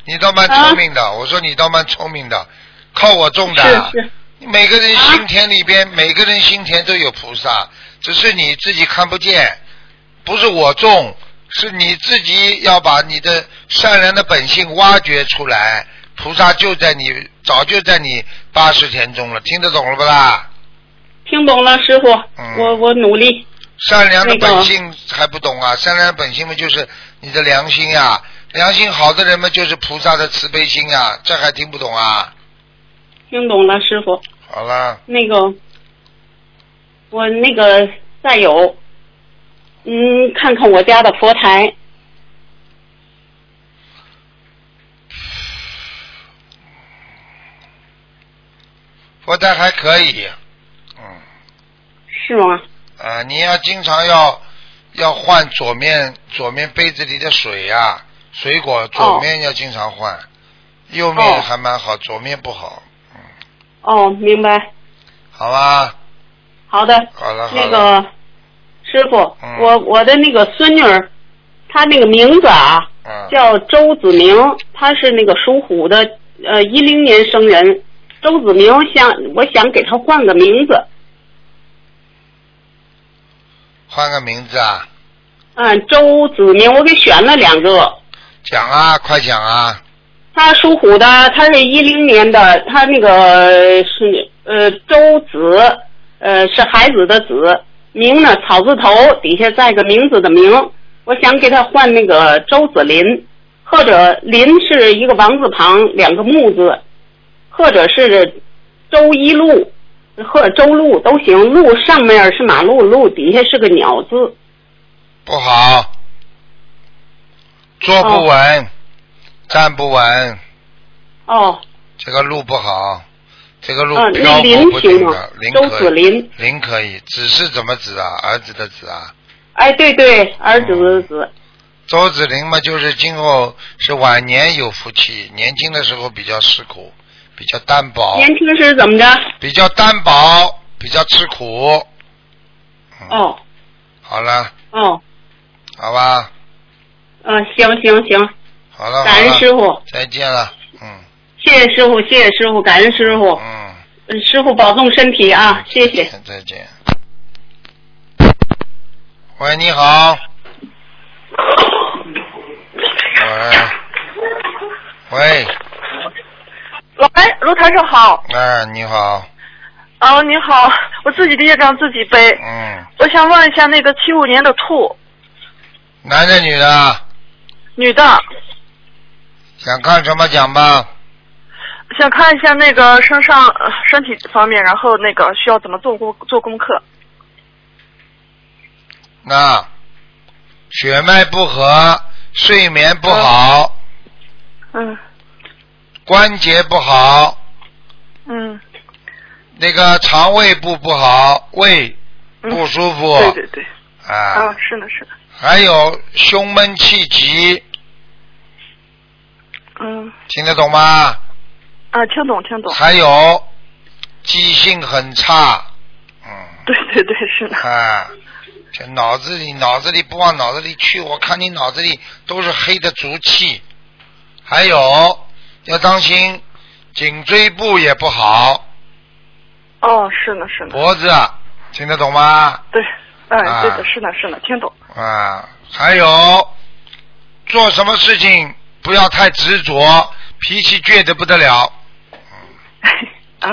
你倒蛮聪明的，我说你倒蛮聪明的，靠我种的。啊啊是是啊每个人心田里边，每个人心田都有菩萨，只是你自己看不见。不是我种，是你自己要把你的善良的本性挖掘出来。菩萨就在你，早就在你八十田中了，听得懂了不啦？听懂了，师傅，嗯我我努力。善良的本性还不懂啊，善良的本性嘛就是你的良心呀、良心好的人嘛就是菩萨的慈悲心呀、这还听不懂啊？听懂了，师傅。好了，那个，我那个再有，嗯，看看我家的佛台，佛台还可以，嗯。是吗？啊，你要经常要要换左面左面杯子里的水呀、水果左面要经常换，右面哦还蛮好，左面不好，哦，明白。好吧？好的，好了好了，那个师傅，嗯我我的那个孙女儿，她那个名字啊嗯，叫周子明，她是那个属虎的，呃，一零年生人。周子明想，我想给她换个名字，换个名字啊，嗯，周子明，我给选了两个。讲啊，快讲啊，她属虎的，她是一零年的，她那个是呃周子，呃是孩子的子，明呢草字头底下再个名字的明，我想给她换那个周子林，或者林是一个王字旁两个木字，或者是周一路，或者周路都行，路上面是马路，路底下是个鸟字，不好，坐不稳，站不稳，哦，这个路不好，这个路嗯、漂那泊林不行定吗的，？周林可子以，林。林可以，子是怎么子啊？儿子的子啊？哎，对对，哦儿子的子，周子林嘛，就是今后是晚年有福气，年轻的时候比较吃苦，比较单薄，年轻时怎么着？比较单薄，比较吃苦。嗯、，哦好了，哦，好吧，嗯、行行行，好了，感恩好了师傅，再见了，嗯谢谢师傅，谢谢师傅，感恩师傅，嗯，嗯师傅保重身体啊，谢谢。再见。喂，你好。喂，喂，喂，卢台长好。哎，你好，哦，你好，我自己的业障自己背。嗯，我想问一下，那个七五年的兔男的女的啊，女的，想看什么讲吧。想看一下那个身上呃身体方面，然后那个需要怎么做功做功课？那血脉不和，睡眠不好，嗯关节不好，嗯那个肠胃部不好，胃不舒服、对对对，啊，啊，是的，是的，还有胸闷气急，嗯听得懂吗？啊，听懂听懂，还有记性很差，嗯对对对，是的，啊，这脑子里脑子里不往脑子里去，我看你脑子里都是黑的足气，还有要当心颈椎部也不好。哦，是的，是的，脖子，啊听得懂吗？对，啊哎，对的，是的，是的，听懂，啊，还有，做什么事情不要太执着，脾气倔得不得了， 嗯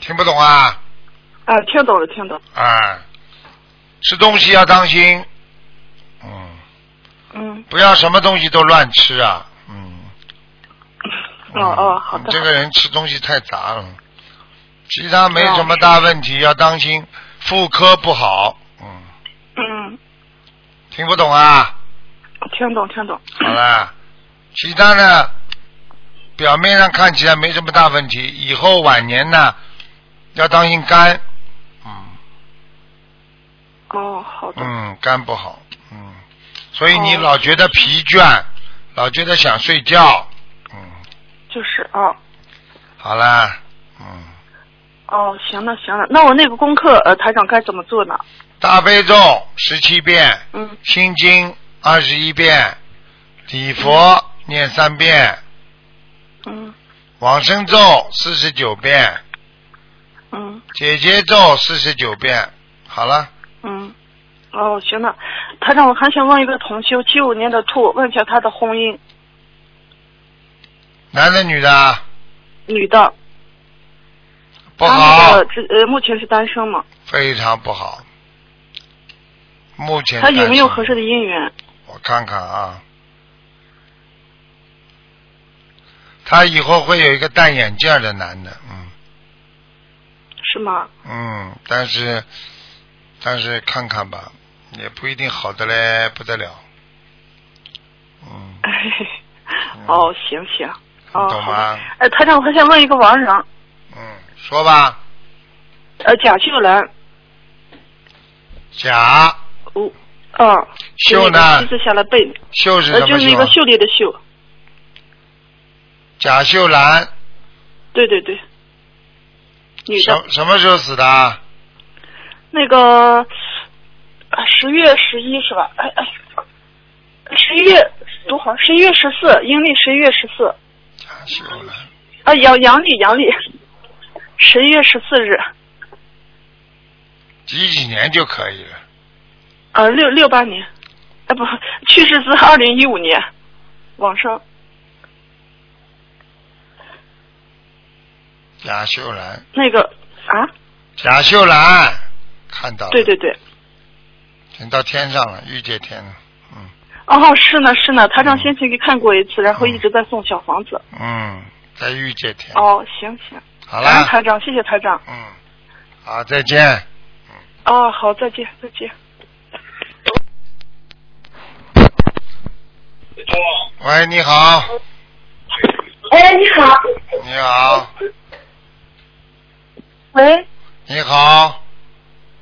听不懂啊？啊，听懂了，听懂，啊，吃东西要当心，嗯，嗯，不要什么东西都乱吃啊，嗯。哦哦，好你这的，个人吃东西太杂了，其他没什哦么大问题，要当心妇科不好，嗯，嗯，听不懂啊？听懂听懂，好啦，其他呢，表面上看起来没什么大问题，以后晚年呢，要当心肝，嗯哦，好的，嗯，肝不好，嗯，所以你哦老觉得疲倦，老觉得想睡觉，嗯，就是哦。好啦，嗯，哦，行了行了，那我那个功课呃，台长该怎么做呢？大悲咒十七遍，嗯心经二十一遍，礼佛念三遍，嗯往生咒四十九遍，嗯姐姐咒四十九遍，好了，嗯。哦，行了，台长，我还想问一个同修，七五年的兔，问一下他的婚姻，男的女的啊女的，不她那好个，只呃，目前是单身嘛？非常不好。目前她有没有单身合适的姻缘？我看看啊，他以后会有一个戴眼镜儿的男的，嗯是吗？嗯，但是但是看看吧，也不一定好的嘞，不得了，嗯，哦，行行， 哦，懂好的。吗？哎，台长，我还想问一个亡人，嗯，说吧，呃，贾秀兰，甲五，嗯，秀呢就？是下来背，秀是呃什，就么是一个秀？秀丽的秀，贾秀兰，对对对，女的，什什么时候死的啊？那个啊十月十一是吧？哎哎，十一月多少？十一月十四，阴历十一月十四，贾秀兰，啊，阳阳历阳历，十一月十四日，几几年就可以了？呃，六六八年，哎不，去世自二零一五年，往生，贾秀兰，那个啊，贾秀兰，看到了对对对，人到天上了，御界天了。嗯哦是呢是呢，台长先前给看过一次，然后一直在送小房子，嗯，在御界天。哦行行，好感啦恩，台长，谢谢台长，嗯，好，再见。哦好，再见再见。喂，你好，哎，你好，你好，喂，你好，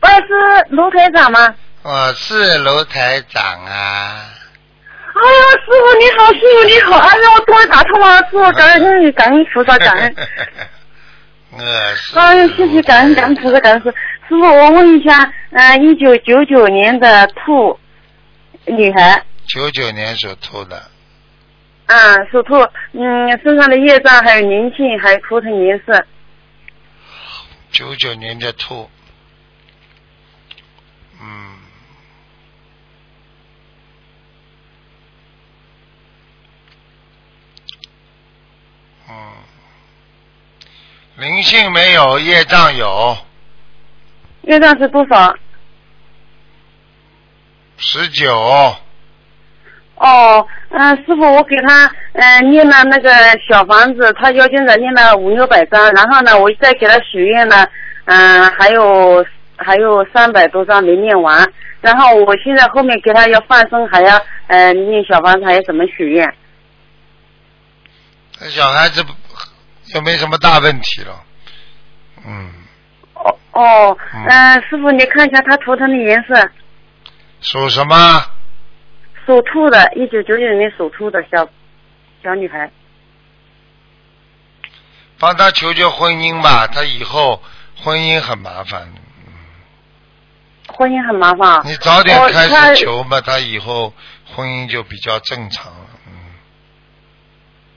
我是卢台长吗？我是哦楼台长啊。哎呀，师傅你好，师傅你好，哎呀，我终于打通了，师傅感恩你，感恩菩萨， 感恩，我是。哎呀，谢谢感恩感恩菩萨，感恩师傅。师傅，我问一下，嗯、呃，一九九九年的兔女孩，九九年属兔的，啊，属兔，嗯，身上的业障还有灵性，还有图腾颜色，九九年的兔，嗯，嗯，灵性没有，业障有，业障是多少？十九，哦，嗯、师傅，我给他呃念了那个小房子，他腰间上念了五六百张，然后呢，我再给他许愿了，嗯、还有还有三百多张没念完，然后我现在后面给他要放生，还要呃念小房子，还要怎么许愿？这小孩子又没什么大问题了，嗯，哦哦，嗯嗯、师傅，你看一下他图腾的颜色，属什么？属兔的，一九九九年属兔的小小女孩。帮他求求婚姻吧，他以后婚姻很麻烦的。婚姻很麻烦啊，你早点哦开他始求嘛，他以后婚姻就比较正常了。嗯，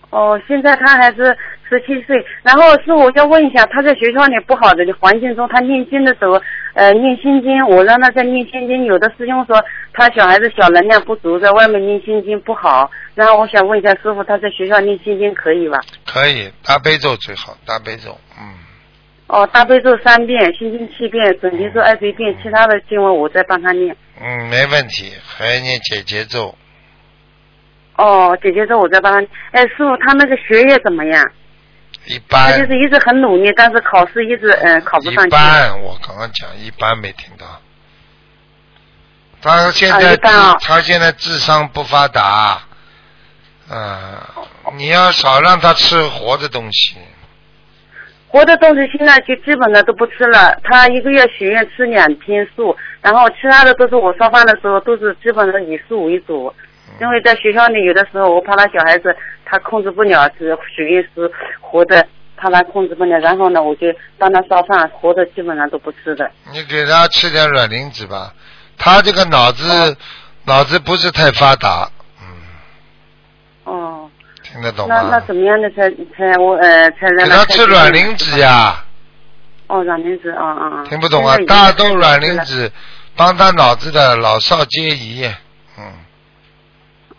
哦，现在他还是十七岁。然后师傅，我要问一下，他在学校里不好的环境中，他念经的时候，呃，念心经，我让他在念心经。有的师兄说他小孩子小能量不足，在外面念心经不好。然后我想问一下师傅，他在学校念心经可以吧？可以，大悲咒最好，大悲咒。嗯，哦，大悲咒三遍，心经七遍，准提咒二十一遍，其他的经文我再帮他念。嗯，没问题。还要念姐姐咒，哦，姐姐咒我再帮他念。哎，师傅，他那个学业怎么样？一他般就是一直很努力，但是考试一直嗯、呃考不上一去。般，我刚刚讲一般没听到。他现在啊一智、般啊他现在智商不发达，嗯、你要少让他吃活的东西。活的东西现在就基本的都不吃了，他一个月许愿吃两天素，然后其他的都是我烧饭的时候都是基本上以素为主，因为在学校里有的时候我怕他小孩子他控制不了是许愿是活的，怕他控制不了，然后呢我就帮他烧饭，活的基本上都不吃的。你给他吃点软磷脂吧，他这个哦脑子、脑子不是太发达，嗯，哦，听得懂那那吗？怎么样的才才我呃才让给他开吃心软磷脂呀、哦，软磷脂啊啊啊！听不懂啊现在已？经大豆卵磷脂帮他脑子的老少皆宜，嗯，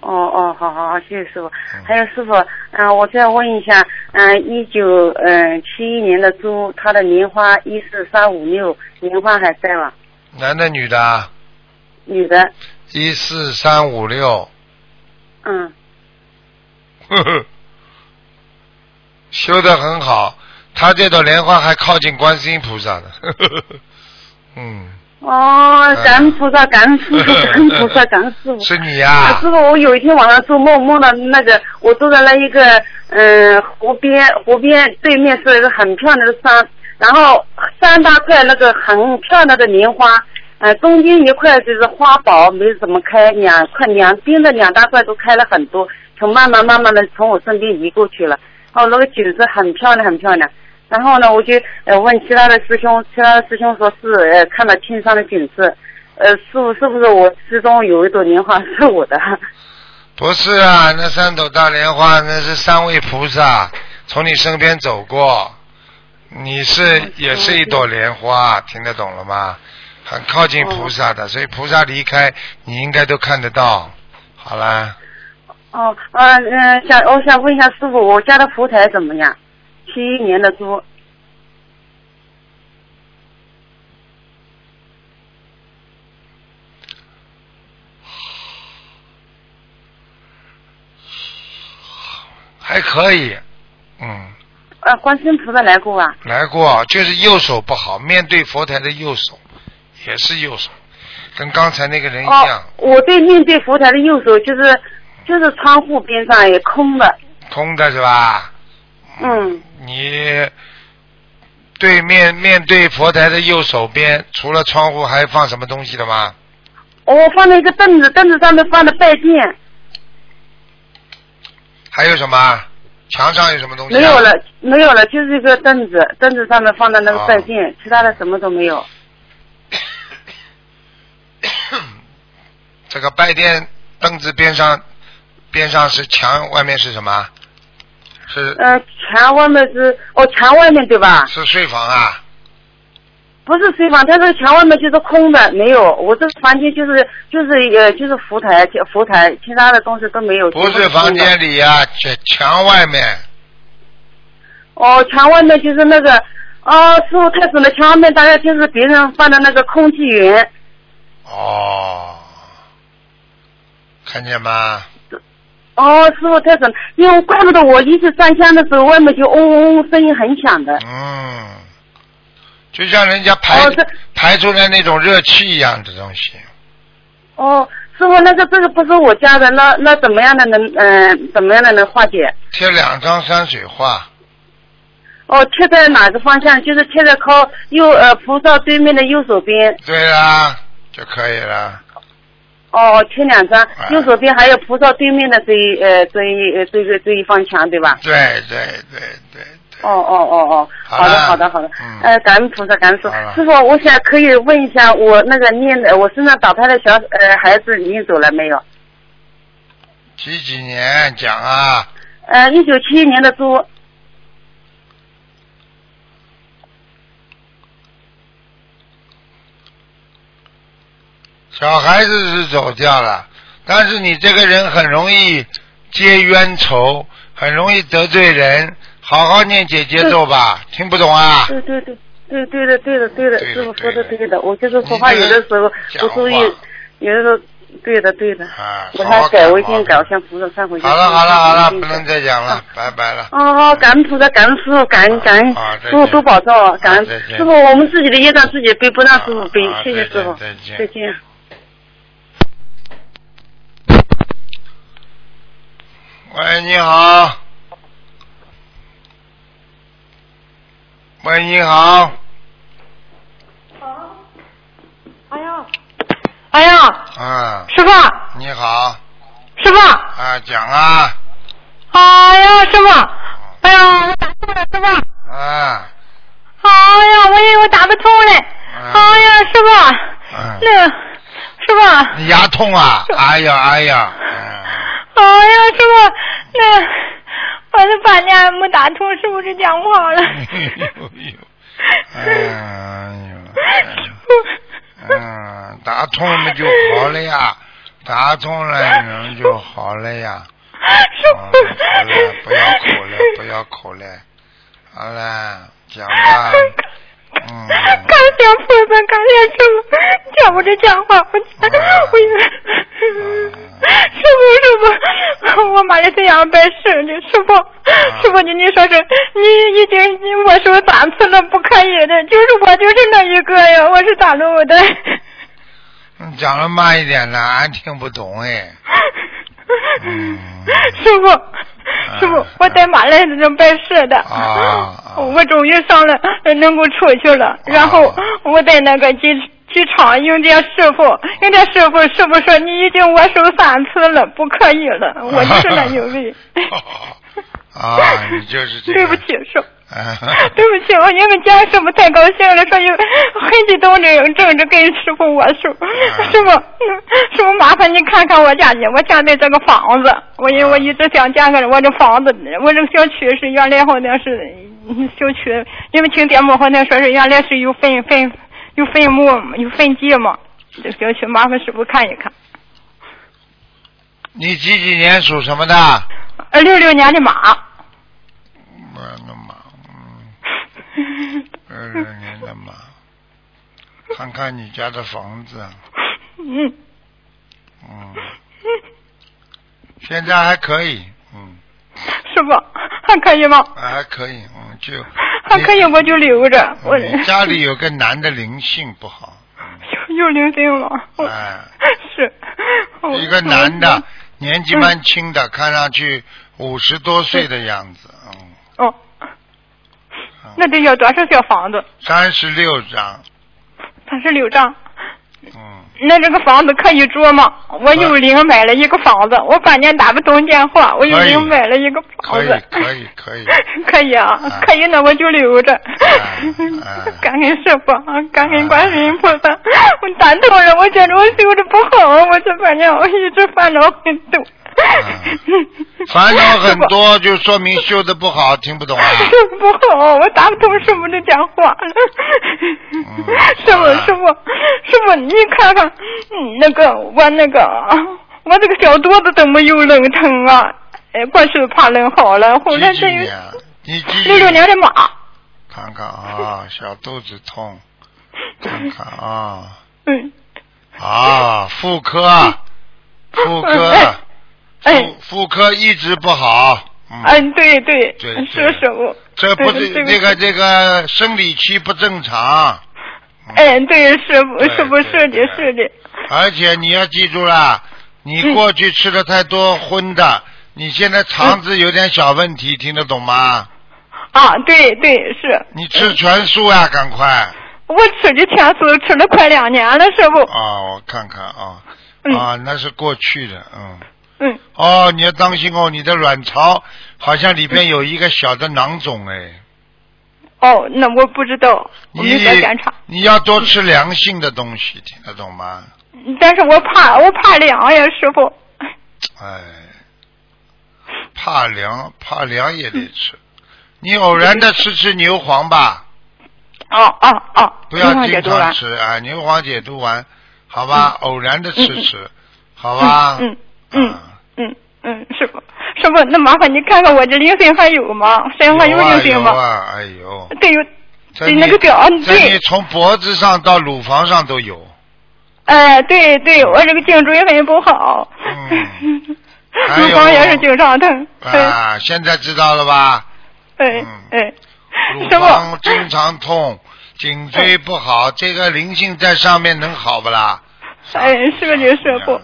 哦哦，好好好，谢谢师傅。还有师傅，嗯、我再问一下，嗯、一九嗯七一年的猪，它的莲花一四三五六，莲花还在吗？男的女的啊？女的，一四三五六， 嗯，呵呵，修的很好，他这朵莲花还靠近观世音菩萨呢， 呵呵呵，嗯，哦，感恩菩萨，感恩师傅，感恩菩萨，感恩师傅。是你呀、师傅，我有一天晚上做梦，梦到那个我坐在那一个嗯、湖边，湖边对面是一个很漂亮的山，然后三大块那个很漂亮的莲花，呃，中间一块就是花苞没怎么开，两块两边的两大块都开了很多，从慢慢慢慢的从我身边移过去了，哦，那个景色很漂亮，很漂亮。然后呢，我就呃问其他的师兄，其他的师兄说是呃看到天上的景色，呃师傅是不是我之中有一朵莲花 是我的？不是啊，那三朵大莲花那是三位菩萨从你身边走过，你是也是一朵莲花，听得懂了吗？很靠近菩萨的，所以菩萨离开你应该都看得到。好啦，哦，呃嗯，想我想问一下师傅，我家的佛台怎么样？七一年的猪，还可以，嗯，呃，观世音菩萨来过啊？来过，就是右手不好，面对佛台的右手也是右手，跟刚才那个人一样，哦我对面对佛台的右手就是就是窗户边上也空的，空的是吧？嗯，你对面面对佛台的右手边，除了窗户还放什么东西的吗？我放了一个凳子，凳子上面放的拜垫，还有什么？墙上有什么东西、啊？没有了，没有了，就是一个凳子，凳子上面放的那啊个拜垫，其他的什么都没有。这个拜垫凳子边上，边上是墙，外面是什么？是呃，墙外面是哦，墙外面对吧？是睡房啊？不是水房，它这个墙外面就是空的，没有。我这个房间就是就是呃就是佛台，佛台，其他的东西都没有。不全部是空的房间。里呀、墙墙外面。哦，墙外面就是那个，哦，师傅太准了，墙外面大概就是别人放的那个空气源。哦，看见吗？哦，师傅太准了，因为怪不得我一直上香的时候，外面就嗡嗡嗡声音很响的。嗯，就像人家排、哦这排出来那种热气一样的东西。哦，师傅，那个这个不是我家的，那那怎么样的能嗯、呃怎么样的能化解？贴两张山水画，哦，贴在哪个方向？就是贴在靠右呃菩萨对面的右手边。对啦，就可以了。哦，贴两张哎，右手边还有菩萨对面的这一呃这一呃这个这一方墙对吧？对对对对，哦哦哦哦，好的好好了的好的嗯，呃，感恩菩萨感恩师好了傅。师傅，我想可以问一下，我那个念的我身上打胎的小呃孩子已经走了没有？几几年讲啊？呃，一九七一年的猪，小孩子是走掉了，但是你这个人很容易结冤仇，很容易得罪人。好好念姐姐咒吧，听不懂啊？对对对对对的对的对对的，的师傅对说的的对的，我就是说话你有这个的时候讲不注意话，有的时候对的对的，啊，我好还好改，我已毛经病改，我向菩萨忏悔。好了好了好了，已经不能再讲啊了，拜拜了。哦，哦，感恩菩萨，感恩师傅，感恩感恩啊啊再见师傅多保重，感恩啊再见师傅，我们自己的业障自己背，不让师傅背啊啊，谢谢师傅，再见再见再见。喂，你好。喂，你好。哎呀，啊，师傅，你好。师傅，啊，讲啊。哦哎呀，师傅，哎呀，打通了，师傅，啊。哎呀，我以为我打不通嘞，啊哎呀，师傅，啊那师傅， 你牙痛啊？哎呀哎呀。嗯哎呀，师傅，那我都把那没打通，是不是讲话了？哎呦， 嗯，打通了就好了呀，打通了人就好了呀。啊，好了，不要哭了，不要哭了，好了，讲吧，嗯，感谢菩萨，感谢师傅，讲不着讲话，我我以为师傅师傅，我妈也这样办事的，师傅师傅你你说是你已经你我说三次了，不可以的，就是我就是那一个呀，我是大陆的，你嗯讲的慢一点呢，俺听不懂哎。嗯，师傅，师傅，我在马来那办事的， 啊，我终于上了，呃能够出去了。然后我在那个机机场迎接师傅，迎接师傅，师傅说你已经握手三次了，不可以了，我就是那一 位。啊，你就是这 对样不起，师傅。啊 对不起，我因为见师傅太高兴了，所以很激动的争着跟师傅握手。啊师傅， 嗯师傅，麻烦你看看我家里，我现在这个房子，我啊因为我一直想建个我这房子，我这个小区是原来好像是嗯小区，因为听节目好像说是原来是有坟坟有坟墓有坟地嘛，这小区麻烦师傅看一看。你几几年属什么的？呃，六六年的马，我的妈，嗯，二六年的马，看看你家的房子，嗯， 嗯，现在还可以，嗯，师傅还可以吗？还可以，嗯，就嗯还可以，我就留着。我你家里有个男的灵性不好， 有灵性吗？我哎， 是我一个男的，年纪蛮轻嗯的，看上去五十多岁的样子，哦，那得要多少小房子？三十六 张，三十六张。嗯。那这个房子可以住吗？我又零买了一个房子，我半年打不通电话，我又可以零买了一个可房以子，，可以，可以， 可以啊，可以，那我就留着。啊 感恩师傅，啊感恩观世音菩萨，我打通了，我觉着我修的不好，我这半年我一直烦恼很多。啊 烦恼很多，就说明修的不好，听不懂 啊。不好，我打不通师傅的电话了。哦师傅，师傅，师傅，你看看，嗯那个我那个我这个小肚子怎么又冷疼啊？哎，过去怕冷好了，后来这又你几六六年的马，看看 啊，小肚子痛，看看啊，嗯，啊，妇科，妇 科，哎妇妇科一直不好，嗯，嗯，对对，对是师傅，这不对是对不那个起这个生理期不正常，嗯哎，对，师傅，师傅是的，是的，而且你要记住啦，你过去吃的太多荤的，你现在肠子有点小问题，听得懂吗？啊，对对是，你吃全素啊呀、赶快！我吃的天素吃了快两年了，师傅，啊，我看看啊，啊，那是过去的，嗯。嗯。哦，你要当心哦，你的卵巢好像里边有一个小的囊肿哎，哦，那我不知道，你我没得检查。你要多吃良性的东西，听得懂吗？嗯但是我怕，我怕凉呀，师傅。哎，怕凉，怕凉也得吃。你偶然的吃吃牛黄吧。哦哦哦。不要牛黄经解毒常丸吃啊，牛黄解毒丸，好吧，偶然的吃吃，好吧。啊嗯嗯嗯嗯，师傅，师傅，那麻烦你看看我这灵性还嗯有吗？身上还有啊灵性有吗？啊，哎呦，对，有。在对你那个表嗯在对你从脖子上到乳房上都有，哎，对对，我这个颈椎很不好，还乳房也是有经常疼。哎啊，现在知道了吧？ 嗯哎哎，乳师房傅，经常痛，颈椎不好，嗯这个灵性在上面能好不啦？哎，是的，师傅，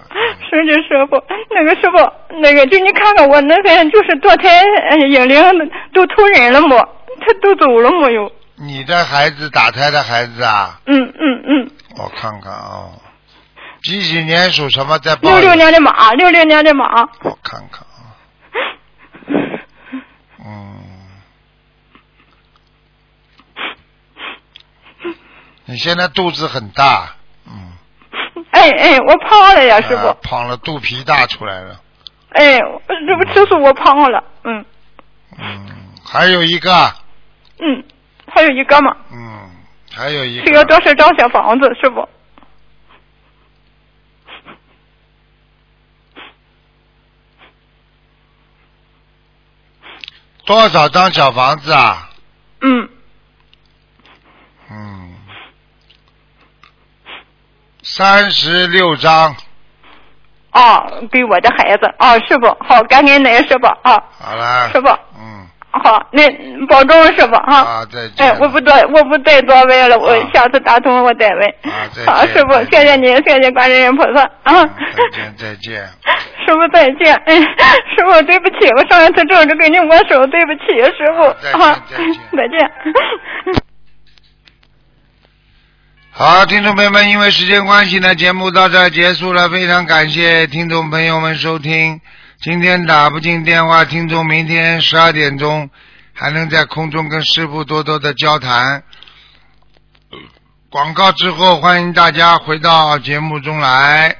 是的，师傅，那个师傅，那个就你看看我那个就是堕胎哎婴灵都投人了没？他都走了没有？你的孩子打胎的孩子啊，嗯嗯嗯，我看看啊、几几年属什么？在报六六年的马，六六年的马，我看看啊，嗯，你现在肚子很大，哎哎，我胖了呀，师傅啊，胖了肚皮大出来了，哎，我这不吃素我胖了，嗯，还有一个，嗯，还有一个嘛，嗯，还有一这个，个多是张小房子，师傅。多少张小房子啊？嗯，嗯，三十六张，哦，给我的孩子，哦，师傅，好，感恩您，师傅，啊，好啦师，傅，嗯，好，那保重，师傅啊。啊，再见哎，我不多，我不再多问了，我下次打通我再问。啊，再好，见，师傅，谢谢您，谢谢观世音菩萨啊。再见，再见。 师傅再见，哎，师傅对不起，我上一次正着给您握手，对不起，师傅啊，再见。好，听众朋友们，因为时间关系呢，节目到这儿结束了。非常感谢听众朋友们收听。今天打不进电话，听众明天十二点钟还能在空中跟师傅多多的交谈。广告之后，欢迎大家回到节目中来。